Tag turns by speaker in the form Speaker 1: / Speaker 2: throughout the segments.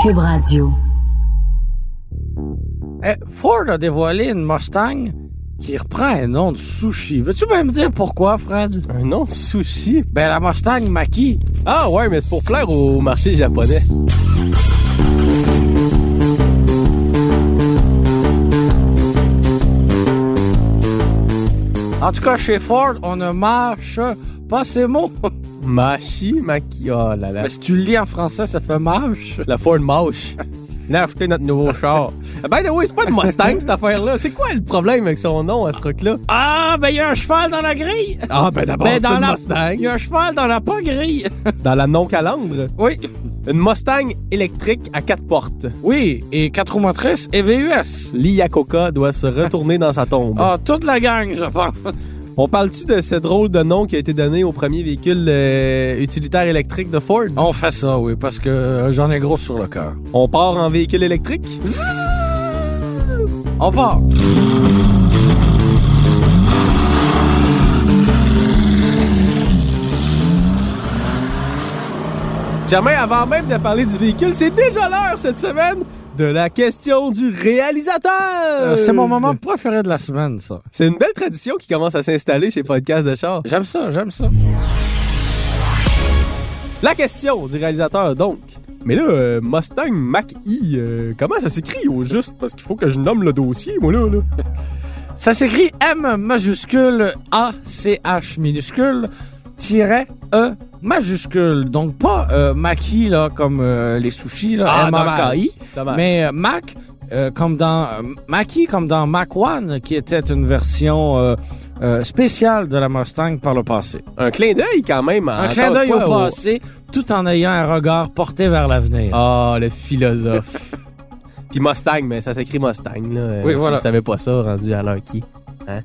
Speaker 1: Cube Radio.
Speaker 2: Eh, Ford a dévoilé une Mustang qui reprend un nom de sushi. Veux-tu bien me dire pourquoi, Fred?
Speaker 3: Un nom de sushi?
Speaker 2: Ben, la Mustang Maki.
Speaker 3: Ah ouais, mais c'est pour plaire au marché japonais.
Speaker 2: En tout cas, chez Ford, on ne mâche pas ces mots.
Speaker 3: Machi, maki, oh là là.
Speaker 2: Mais si tu le lis en français, ça fait mâche.
Speaker 3: La Ford Mauch. On a acheté notre nouveau char. Ben oui, c'est pas de Mustang, cette affaire-là. C'est quoi le problème avec son nom, à ce truc-là?
Speaker 2: Ah, ben, il y a un cheval dans la grille.
Speaker 3: Ah, ben d'abord,
Speaker 2: Ben,
Speaker 3: c'est
Speaker 2: dans
Speaker 3: une
Speaker 2: la-
Speaker 3: Mustang.
Speaker 2: Il y a un cheval dans la pas grille.
Speaker 3: Dans la non-calandre.
Speaker 2: oui.
Speaker 3: Une Mustang électrique à quatre portes.
Speaker 2: Oui, et quatre roues motrices et VUS.
Speaker 3: Lee Iacocca doit se retourner dans sa tombe.
Speaker 2: Ah, toute la gang, je pense.
Speaker 3: On parle-tu de ce drôle de nom qui a été donné au premier véhicule euh, utilitaire électrique de Ford?
Speaker 2: On fait ça, oui, parce que euh, j'en ai gros sur le cœur.
Speaker 3: On part en véhicule électrique?
Speaker 2: On part.
Speaker 3: Germain, avant même de parler du véhicule, c'est déjà l'heure cette semaine de la question du réalisateur!
Speaker 2: Euh, c'est mon moment préféré de la semaine, ça.
Speaker 3: C'est une belle tradition qui commence à s'installer chez Podcast de Char.
Speaker 2: J'aime ça, j'aime ça.
Speaker 3: La question du réalisateur, donc. Mais là, euh, Mustang Mach-E, euh, comment ça s'écrit au juste? Parce qu'il faut que je nomme le dossier, moi, là. là.
Speaker 2: Ça s'écrit M majuscule A C H minuscule tiret E majuscule. Donc pas euh, Maki là comme euh, les sushis là, M A K I,
Speaker 3: Dommage.
Speaker 2: mais euh, Mac euh, comme dans euh, Maki comme dans Mac One qui était une version euh, euh, spéciale de la Mustang par le passé.
Speaker 3: Un clin d'œil, quand même.
Speaker 2: Un clin d'œil Ah, au passé tout en ayant un regard porté vers l'avenir.
Speaker 3: Ah, le philosophe. Puis Mustang, mais ça s'écrit Mustang, là. euh,
Speaker 2: Oui,
Speaker 3: si
Speaker 2: voilà.
Speaker 3: vous savez pas ça, rendu à l'heure qui. Hein?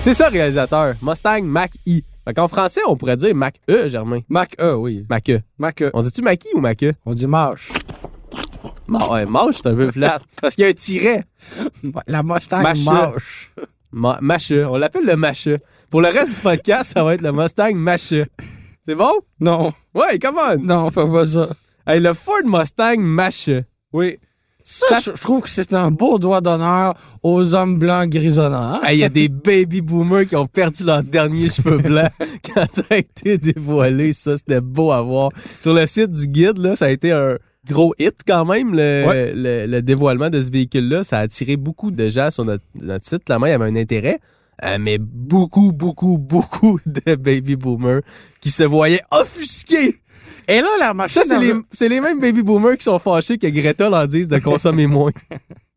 Speaker 3: C'est ça, réalisateur. Mustang Mach-E. Fait qu'en français, on pourrait dire Mach-E, Germain.
Speaker 2: Mac E oui.
Speaker 3: Mach-E.
Speaker 2: Mac E.
Speaker 3: On dit-tu Mach-E ou Mach-E?
Speaker 2: On dit marche.
Speaker 3: Ma- ouais, Mach, c'est un peu plate. Parce qu'il y a un tiret.
Speaker 2: La Mustang
Speaker 3: Mache.
Speaker 2: marche.
Speaker 3: Ma- Mache. On l'appelle le Mache. Pour le reste du podcast, ça va être le Mustang Mache. C'est bon?
Speaker 2: Non,
Speaker 3: Ouais, come on!
Speaker 2: non, fais pas ça.
Speaker 3: Hey, le Ford Mustang Mache. Oui.
Speaker 2: Ça, je je trouve que c'est un beau doigt d'honneur aux hommes blancs grisonnants. hein.
Speaker 3: Il y a des baby boomers qui ont perdu leurs derniers cheveux blancs quand ça a été dévoilé. Ça, c'était beau à voir. Sur le site du guide, là, ça a été un gros hit quand même, le,
Speaker 2: Ouais.
Speaker 3: le- le dévoilement de ce véhicule-là. Ça a attiré beaucoup de gens sur notre, notre site. Clairement, il y avait un intérêt. Euh, mais beaucoup, beaucoup, beaucoup de baby boomers qui se voyaient offusqués.
Speaker 2: Et là, la
Speaker 3: Ça,
Speaker 2: machine...
Speaker 3: c'est
Speaker 2: à-
Speaker 3: les, c'est les mêmes baby boomers qui sont fâchés que Greta leur dise de consommer moins.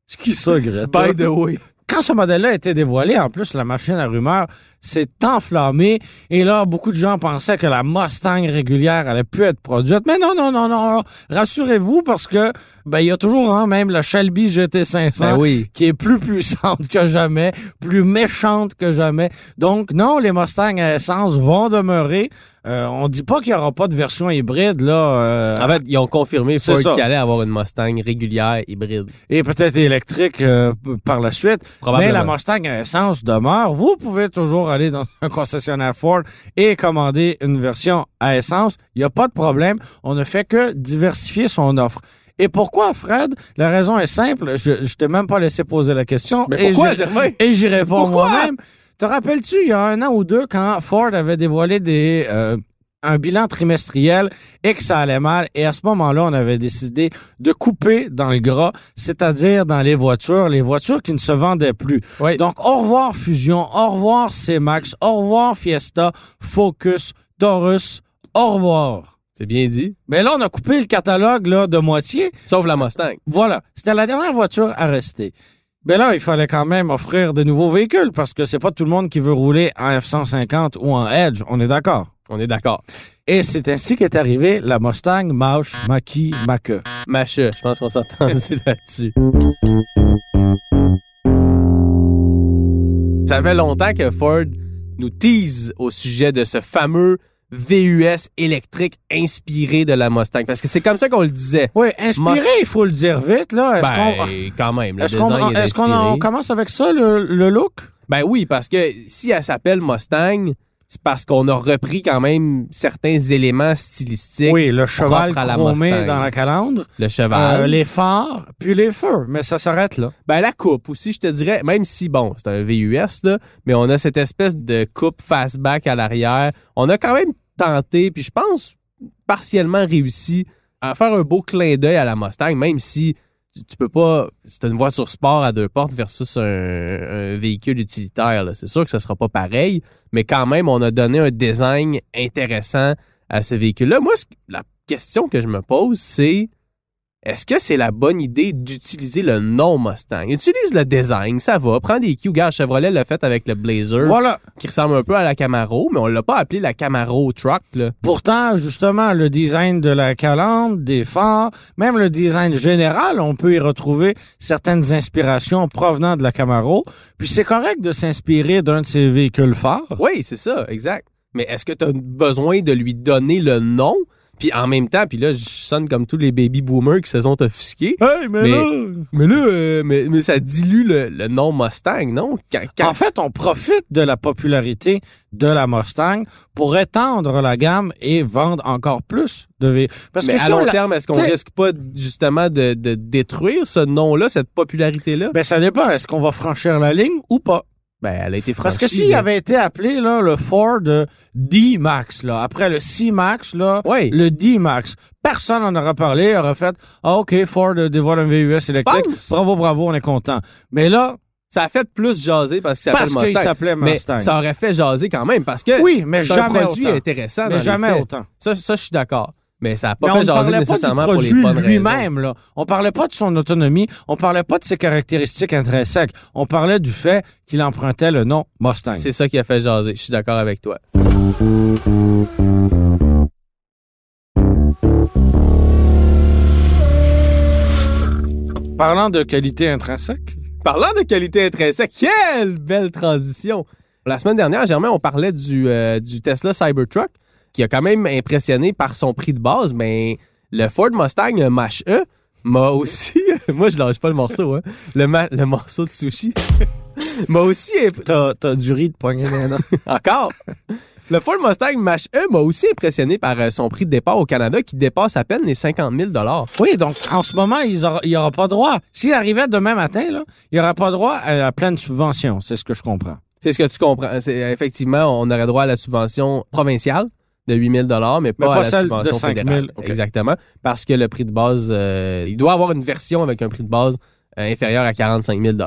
Speaker 2: C'est qui ça, Greta?
Speaker 3: By the way.
Speaker 2: Quand ce modèle-là a été dévoilé, en plus, la machine à rumeurs s'est enflammée. Et là, beaucoup de gens pensaient que la Mustang régulière allait plus être produite. Mais non, non, non, non. Rassurez-vous, parce que ben il y a toujours hein, même la Shelby GT500
Speaker 3: Ben oui.
Speaker 2: qui est plus puissante que jamais, plus méchante que jamais. Donc, non, les Mustangs à essence vont demeurer. Euh, on dit pas qu'il y aura pas de version hybride, là. euh,
Speaker 3: En fait, ils ont confirmé
Speaker 2: C'est
Speaker 3: Ford
Speaker 2: ça.
Speaker 3: qu'il allait avoir une Mustang régulière hybride.
Speaker 2: et peut-être électrique euh, p- par la suite. Mais
Speaker 3: Probablement.
Speaker 2: la Mustang à essence demeure. Vous pouvez toujours aller dans un concessionnaire Ford et commander une version à essence. Il n'y a pas de problème. On ne fait que diversifier son offre. Et pourquoi, Fred? La raison est simple. Je, je t'ai même pas laissé poser la question.
Speaker 3: Mais
Speaker 2: Et
Speaker 3: pourquoi,
Speaker 2: j'ai-
Speaker 3: Germain?
Speaker 2: Et j'y réponds
Speaker 3: Pourquoi?
Speaker 2: moi-même. Te rappelles-tu, il y a un an ou deux, quand Ford avait dévoilé des, euh, un bilan trimestriel et que ça allait mal, et à ce moment-là, on avait décidé de couper dans le gras, c'est-à-dire dans les voitures, les voitures qui ne se vendaient plus.
Speaker 3: Oui.
Speaker 2: Donc, au revoir Fusion, au revoir C-Max, au revoir Fiesta, Focus, Taurus, au revoir.
Speaker 3: C'est bien dit.
Speaker 2: Mais là, on a coupé le catalogue là, de moitié.
Speaker 3: Sauf la Mustang.
Speaker 2: Voilà, c'était la dernière voiture à rester. Mais là, il fallait quand même offrir de nouveaux véhicules parce que c'est pas tout le monde qui veut rouler en F-150 ou en Edge, on est d'accord.
Speaker 3: On est d'accord.
Speaker 2: Et c'est ainsi qu'est arrivée la Mustang Mach Maki Maque.
Speaker 3: Mache, je pense qu'on s'est entendu là-dessus. Ça fait longtemps que Ford nous tease au sujet de ce fameux VUS électrique inspiré de la Mustang. Parce que c'est comme ça qu'on le disait.
Speaker 2: Oui, inspiré,
Speaker 3: Must-
Speaker 2: il faut le dire vite, là. Est-ce qu'on...
Speaker 3: Ben, quand même. le
Speaker 2: est-ce qu'on-
Speaker 3: design est
Speaker 2: est-ce qu'on en-
Speaker 3: inspiré.
Speaker 2: on commence avec ça, le, le look?
Speaker 3: Ben oui, parce que si elle s'appelle Mustang, c'est parce qu'on a repris quand même certains éléments stylistiques.
Speaker 2: Oui, le cheval
Speaker 3: propre à la
Speaker 2: chromé
Speaker 3: Mustang.
Speaker 2: dans la calandre,
Speaker 3: Le cheval.
Speaker 2: euh, les phares, puis les feux. Mais ça s'arrête là.
Speaker 3: Ben, la coupe aussi, je te dirais, même si, bon, c'est un VUS, là, mais on a cette espèce de coupe fastback à l'arrière. On a quand même tenté, puis je pense partiellement réussi à faire un beau clin d'œil à la Mustang, même si tu, tu peux pas... C'est une voiture sport à deux portes versus un, un véhicule utilitaire. là. C'est sûr que ce sera pas pareil, mais quand même, on a donné un design intéressant à ce véhicule-là. Moi, ce- la question que je me pose, c'est... Est-ce que c'est la bonne idée d'utiliser le nom Mustang? Utilise le design, ça va. Prends des Q. Gars, Chevrolet l'a fait avec le Blazer,
Speaker 2: Voilà.
Speaker 3: qui ressemble un peu à la Camaro, mais on l'a pas appelé la Camaro Truck, là.
Speaker 2: Pourtant, justement, le design de la calandre, des phares, même le design général, on peut y retrouver certaines inspirations provenant de la Camaro. Puis c'est correct de s'inspirer d'un de ces véhicules phares.
Speaker 3: Oui, c'est ça, exact. Mais est-ce que tu as besoin de lui donner le nom? Puis en même temps, puis là, je sonne comme tous les baby boomers qui se sont offusqués.
Speaker 2: Hey,
Speaker 3: Mais- Mais là, euh, mais, mais ça dilue le, le nom Mustang, non? Quand- quand-
Speaker 2: En fait, on profite de la popularité de la Mustang pour étendre la gamme et vendre encore plus de véhicules. Parce
Speaker 3: mais
Speaker 2: que
Speaker 3: à
Speaker 2: si on
Speaker 3: long
Speaker 2: la-
Speaker 3: terme, est-ce qu'on
Speaker 2: t'sais-
Speaker 3: risque pas justement de, de détruire ce nom-là, cette popularité-là?
Speaker 2: ben, ça dépend. Est-ce qu'on va franchir la ligne ou pas?
Speaker 3: Ben, elle a été
Speaker 2: Parce
Speaker 3: franchie.
Speaker 2: que s'il
Speaker 3: là.
Speaker 2: avait été appelé, là, le Ford euh, D-Max, là, après le C-Max, là,
Speaker 3: Oui.
Speaker 2: le D-Max, personne n'en aura parlé, aurait fait, ah, OK, Ford euh, dévoile un VUS électrique.
Speaker 3: penses?
Speaker 2: Bravo, bravo, on est content. Mais là,
Speaker 3: Ça a fait plus jaser parce qu'il s'appelle
Speaker 2: parce qu'il
Speaker 3: Mustang.
Speaker 2: s'appelait
Speaker 3: mais
Speaker 2: Mustang.
Speaker 3: ça aurait fait jaser quand même parce que
Speaker 2: oui, mais
Speaker 3: c'est
Speaker 2: jamais
Speaker 3: un produit
Speaker 2: autant.
Speaker 3: intéressant. dans
Speaker 2: Mais
Speaker 3: les
Speaker 2: jamais
Speaker 3: faits.
Speaker 2: autant.
Speaker 3: Ça, ça, je suis d'accord. Mais ça n'a pas
Speaker 2: Mais
Speaker 3: fait
Speaker 2: on ne
Speaker 3: jaser
Speaker 2: parlait pas du
Speaker 3: nécessairement pour les
Speaker 2: produit
Speaker 3: bonnes raisons.
Speaker 2: lui-même. Là. On parlait pas de son autonomie, on parlait pas de ses caractéristiques intrinsèques. On parlait du fait qu'il empruntait le nom Mustang.
Speaker 3: C'est ça qui a fait jaser. Je suis d'accord avec toi.
Speaker 2: Parlant de qualité intrinsèque,
Speaker 3: Parlant de qualité intrinsèque, quelle belle transition! La semaine dernière, Germain, on parlait du, euh, du Tesla Cybertruck, qui a quand même impressionné par son prix de base, mais le Ford Mustang euh, Mach E m'a aussi... Moi, je lâche pas le morceau, hein. Le, ma- le morceau de sushi m'a aussi... imp-
Speaker 2: t'as, t'as du riz de poignée dans
Speaker 3: Encore! Le Ford Mustang Mach E m'a aussi impressionné par euh, son prix de départ au Canada, qui dépasse à peine les 50 000
Speaker 2: Oui, donc en ce moment, ils aura- il n'y aura pas droit. S'il arrivait demain matin, là, il n'y aura pas droit à la pleine subvention. C'est ce que je comprends.
Speaker 3: C'est ce que tu comprends. C'est, effectivement, on aurait droit à la subvention provinciale de 8 000 mais pas,
Speaker 2: Mais pas
Speaker 3: à la
Speaker 2: celle de
Speaker 3: subvention
Speaker 2: 5 000.
Speaker 3: fédérale.
Speaker 2: OK.
Speaker 3: Exactement, parce que le prix de base, euh, il doit avoir une version avec un prix de base euh, inférieur à 45 000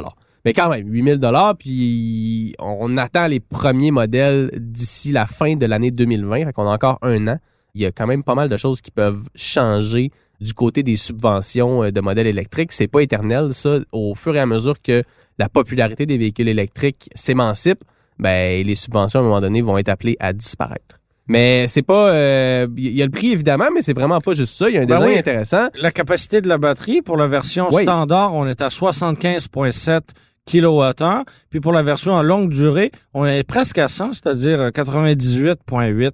Speaker 3: Mais quand même, 8 000 puis on attend les premiers modèles d'ici la fin de l'année 2020, fait qu'on a encore un an. Il y a quand même pas mal de choses qui peuvent changer du côté des subventions euh, de modèles électriques. C'est pas éternel, ça. Au fur et à mesure que la popularité des véhicules électriques s'émancipe, ben, les subventions, à un moment donné, vont être appelées à disparaître. Mais c'est pas. euh, Il y a le prix, évidemment, mais c'est vraiment pas juste ça. Il y a un
Speaker 2: Ben
Speaker 3: design
Speaker 2: oui.
Speaker 3: intéressant.
Speaker 2: La capacité de la batterie, pour la version
Speaker 3: Oui.
Speaker 2: standard, on est à 75,7 kWh. Puis pour la version à longue durée, on est presque à 100, c'est-à-dire euh, 98,8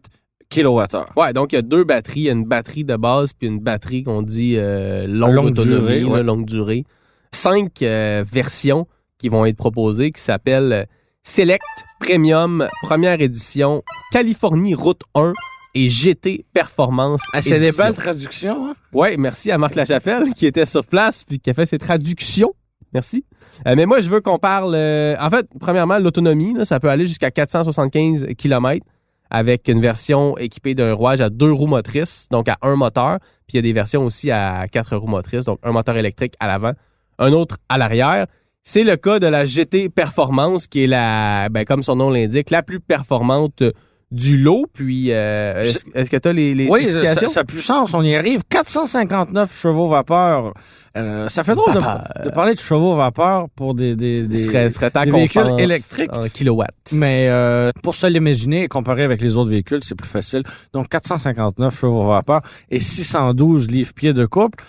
Speaker 2: kWh.
Speaker 3: Ouais, donc il y a deux batteries. Il y a une batterie de base puis une batterie qu'on dit euh, longue,
Speaker 2: Longue
Speaker 3: autonomie,
Speaker 2: durée,
Speaker 3: là,
Speaker 2: ouais.
Speaker 3: longue durée. Cinq euh, versions qui vont être proposées qui s'appellent euh, Select, Premium, Première édition, Californie Route 1 et GT Performance.
Speaker 2: Ah, c'est des
Speaker 3: édition.
Speaker 2: belles traductions. Hein?
Speaker 3: Ouais, merci à Marc Lachapelle qui était sur place puis qui a fait ses traductions. Merci. Euh, mais moi, je veux qu'on parle. euh, en fait, premièrement, l'autonomie, là, ça peut aller jusqu'à 475 km avec une version équipée d'un rouage à deux roues motrices, donc à un moteur. Puis il y a des versions aussi à quatre roues motrices, donc un moteur électrique à l'avant, un autre à l'arrière. C'est le cas de la GT Performance, qui est la, ben, comme son nom l'indique, la plus performante du lot. Puis, euh, est-ce est-ce que tu as les, les
Speaker 2: Oui, ça-
Speaker 3: spécifications?
Speaker 2: sa, puissance, on y arrive. 459 chevaux vapeur. Euh, ça fait drôle de, de parler de chevaux vapeur pour des... des, des-
Speaker 3: Ce serait, serait temps
Speaker 2: des
Speaker 3: qu'on
Speaker 2: véhicules
Speaker 3: pense
Speaker 2: électriques.
Speaker 3: en kilowatts.
Speaker 2: Mais euh, pour se l'imaginer et comparer avec les autres véhicules, c'est plus facile. Donc 459 chevaux vapeur et 612 livres-pieds de couple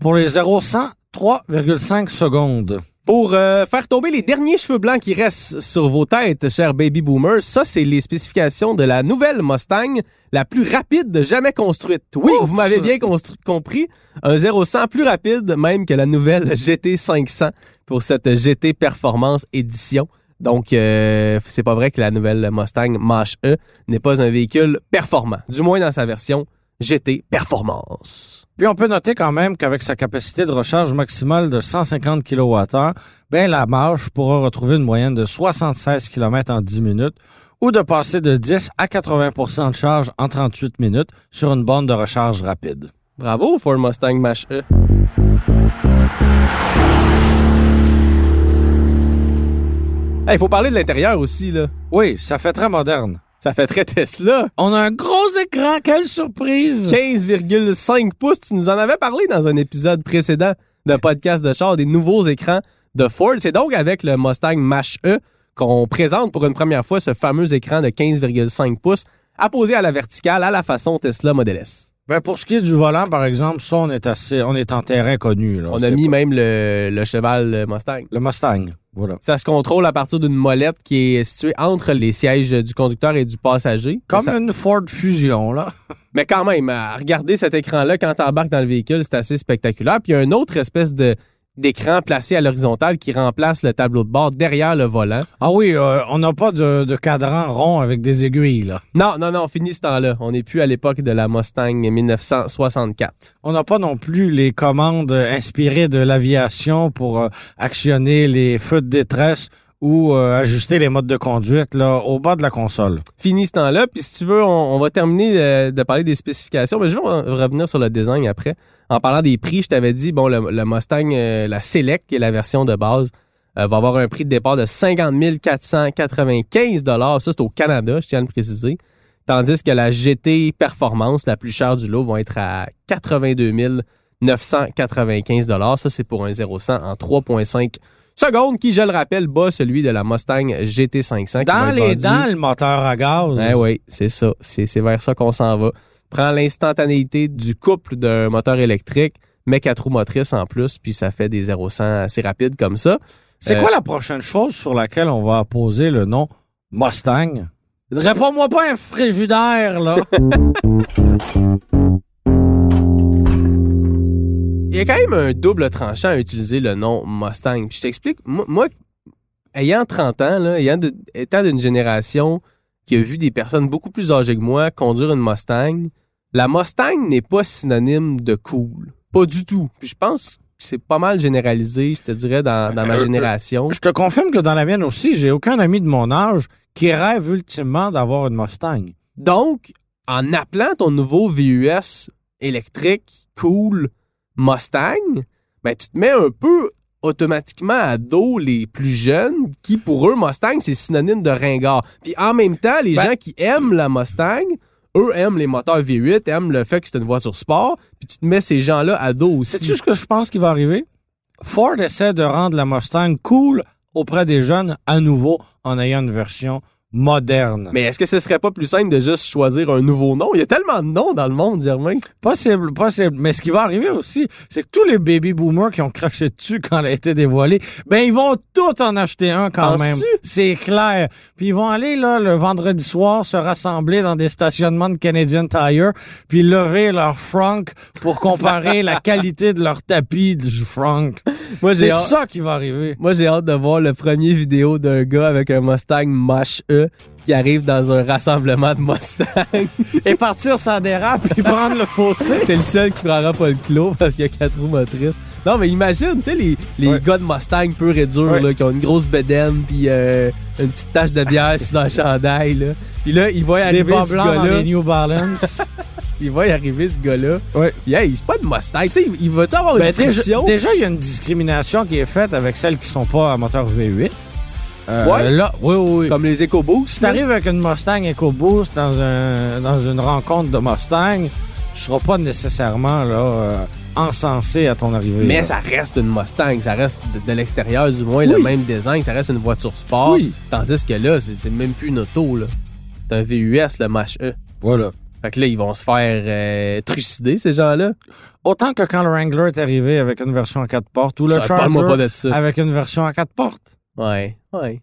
Speaker 2: pour les 0 100 3,5 secondes.
Speaker 3: Pour euh, faire tomber les derniers cheveux blancs qui restent sur vos têtes, chers baby boomers, ça, c'est les spécifications de la nouvelle Mustang, la plus rapide jamais construite. Oui,
Speaker 2: Oups!
Speaker 3: vous m'avez bien constru- compris. Un 0-100 plus rapide même que la nouvelle GT500 pour cette GT Performance Édition. Donc, euh, c'est pas vrai que la nouvelle Mustang Mach-E n'est pas un véhicule performant, du moins dans sa version GT Performance.
Speaker 2: Puis on peut noter quand même qu'avec sa capacité de recharge maximale de 150 kWh, ben la marche pourra retrouver une moyenne de 76 km en 10 minutes ou de passer de 10 à 80 de charge en 38 minutes sur une borne de recharge rapide.
Speaker 3: Bravo Ford Mustang E. Mach-E. Il faut parler de l'intérieur aussi, là.
Speaker 2: Oui, ça fait très moderne.
Speaker 3: Ça fait très Tesla.
Speaker 2: On a un gros écran, quelle surprise!
Speaker 3: 15,5 pouces, tu nous en avais parlé dans un épisode précédent d'un podcast de char des nouveaux écrans de Ford. C'est donc avec le Mustang Mach-E qu'on présente pour une première fois ce fameux écran de 15,5 pouces apposé à la verticale à la façon Tesla Model S.
Speaker 2: Ben, pour ce qui est du volant, par exemple, ça, on est assez, on est en terrain connu. là.
Speaker 3: On a
Speaker 2: C'est
Speaker 3: mis
Speaker 2: pas-
Speaker 3: même le, le cheval Mustang.
Speaker 2: le Mustang. Voilà.
Speaker 3: Ça se contrôle à partir d'une molette qui est située entre les sièges du conducteur et du passager.
Speaker 2: Comme
Speaker 3: Ça-
Speaker 2: une Ford Fusion, là.
Speaker 3: Mais quand même, à regarder cet écran-là quand t'embarques dans le véhicule, c'est assez spectaculaire. Puis il y a une autre espèce de d'écran placé à l'horizontale qui remplace le tableau de bord derrière le volant.
Speaker 2: Ah oui, euh, on n'a pas de, de cadran rond avec des aiguilles, là.
Speaker 3: Non, non, non, fini ce temps-là. On n'est plus à l'époque de la Mustang 1964.
Speaker 2: On n'a pas non plus les commandes euh, inspirées de l'aviation pour euh, actionner les feux de détresse ou euh, ajuster les modes de conduite là, au bas de la console.
Speaker 3: Fini ce temps-là. Puis si tu veux, on, on va terminer euh, de, parler des spécifications. Mais je vais re- revenir sur le design après. En parlant des prix, je t'avais dit, bon, le, le Mustang, euh, la Select, qui est la version de base, euh, va avoir un prix de départ de 50 495 Ça, c'est au Canada, je tiens à le préciser. Tandis que la GT Performance, la plus chère du lot, va être à 82 995 Ça, c'est pour un 0-100 en 3,5 secondes, qui, je le rappelle, bat celui de la Mustang GT500. qui va
Speaker 2: Dans
Speaker 3: être
Speaker 2: les
Speaker 3: vendue-
Speaker 2: dans le moteur à gaz.
Speaker 3: eh oui, c'est ça. C'est c'est vers ça qu'on s'en va. Prends l'instantanéité du couple d'un moteur électrique, mets quatre roues motrices en plus, puis ça fait des 0 100 assez rapides comme ça.
Speaker 2: C'est
Speaker 3: Euh,
Speaker 2: quoi la prochaine chose sur laquelle on va poser le nom Mustang? Réponds-moi pas un frigidaire, là.
Speaker 3: Il y a quand même un double tranchant à utiliser le nom Mustang. Puis je t'explique, moi, moi, ayant 30 ans, là, ayant de- étant d'une génération qui a vu des personnes beaucoup plus âgées que moi conduire une Mustang, la Mustang n'est pas synonyme de cool. Pas du tout. Puis je pense que c'est pas mal généralisé, je te dirais, dans, dans ma
Speaker 2: Euh, euh,
Speaker 3: génération.
Speaker 2: Je te confirme que dans la mienne aussi, j'ai aucun ami de mon âge qui rêve ultimement d'avoir une Mustang.
Speaker 3: Donc, en appelant ton nouveau VUS électrique, cool, Mustang, ben, tu te mets un peu automatiquement à dos les plus jeunes qui, pour eux, Mustang, c'est synonyme de ringard. Puis en même temps, les
Speaker 2: Ben-
Speaker 3: gens qui aiment la Mustang, eux aiment les moteurs V8, aiment le fait que c'est une voiture sport, puis tu te mets ces gens-là à dos aussi.
Speaker 2: Sais-tu ce que je pense qui va arriver? Ford essaie de rendre la Mustang cool auprès des jeunes à nouveau en ayant une version moderne.
Speaker 3: Mais est-ce que ce serait pas plus simple de juste choisir un nouveau nom? Il y a tellement de noms dans le monde, Germain.
Speaker 2: Possible, possible. Mais ce qui va arriver aussi, c'est que tous les baby boomers qui ont craché dessus quand elle a été dévoilée, ben ils vont tous en acheter un quand
Speaker 3: Penses-tu?
Speaker 2: même. C'est clair. Puis ils vont aller là le vendredi soir se rassembler dans des stationnements de Canadian Tire, puis lever leur franc pour comparer la qualité de leur tapis du franc.
Speaker 3: Moi,
Speaker 2: C'est ça qui va arriver.
Speaker 3: Moi, j'ai hâte de voir le premier vidéo d'un gars avec un Mustang Mach E qui arrive dans un rassemblement de Mustang.
Speaker 2: et partir sans dérape puis prendre le fossé.
Speaker 3: C'est le seul qui prendra pas le clos parce qu'il y a quatre roues motrices. Non, mais imagine, tu sais, les, les
Speaker 2: Ouais.
Speaker 3: gars de Mustang pur et dur,
Speaker 2: Ouais.
Speaker 3: là, qui ont une grosse bedaine puis euh, une petite tache de bière sur leur chandail, là. Puis là, il va y
Speaker 2: Des
Speaker 3: arriver
Speaker 2: bas
Speaker 3: ce
Speaker 2: blancs dans
Speaker 3: gars-là.
Speaker 2: les New Balance.
Speaker 3: Il va y arriver ce gars-là.
Speaker 2: Ouais.
Speaker 3: Puis, Hey, c'est pas de Mustang. Tu sais, il- il va-tu avoir
Speaker 2: Ben, déjà,
Speaker 3: une pression?
Speaker 2: déjà, il y a une discrimination qui est faite avec celles qui sont pas à moteur V8. Euh,
Speaker 3: Ouais.
Speaker 2: Là, oui, oui, oui.
Speaker 3: Comme les EcoBoost.
Speaker 2: si t'arrives avec une Mustang EcoBoost dans, un, dans une rencontre de Mustang, tu seras pas nécessairement là, euh, encensé à ton arrivée.
Speaker 3: Mais
Speaker 2: là.
Speaker 3: ça reste une Mustang, ça reste de, de l'extérieur du moins le
Speaker 2: Oui.
Speaker 3: même design, ça reste une voiture sport.
Speaker 2: Oui.
Speaker 3: Tandis que là, c'est c'est même plus une auto, là. C'est un VUS, le Mach E.
Speaker 2: Voilà.
Speaker 3: Fait que là, ils vont se faire euh, trucider, ces gens-là.
Speaker 2: Autant que quand le Wrangler est arrivé avec une version à quatre portes ou le Ah.
Speaker 3: Ça, Parle-moi pas
Speaker 2: Charger
Speaker 3: de ça.
Speaker 2: avec une version à quatre portes.
Speaker 3: Ouais, ouais.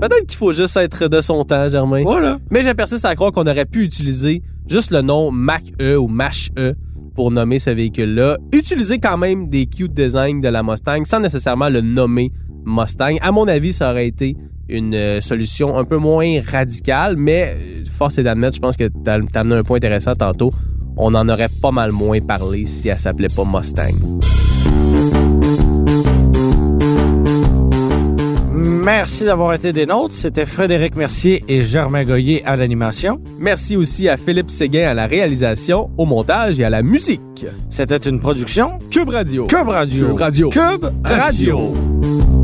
Speaker 3: Peut-être qu'il faut juste être de son temps, Germain.
Speaker 2: Voilà.
Speaker 3: Mais je persiste à croire qu'on aurait pu utiliser juste le nom Mac E ou Mach E pour nommer ce véhicule-là. Utiliser quand même des cute designs de la Mustang sans nécessairement le nommer Mustang. À mon avis, ça aurait été une euh, solution un peu moins radicale, mais euh, force est d'admettre, je pense que t'as t'as amené un point intéressant tantôt. On en aurait pas mal moins parlé si elle s'appelait pas Mustang.
Speaker 2: Merci d'avoir été des nôtres. C'était Frédéric Mercier et Germain Goyer à l'animation.
Speaker 3: Merci aussi à Philippe Séguin à la réalisation, au montage et à la musique.
Speaker 2: C'était une production
Speaker 3: Cube Radio.
Speaker 2: Cube Radio.
Speaker 3: Cube Radio.
Speaker 2: Cube Radio.
Speaker 3: Radio.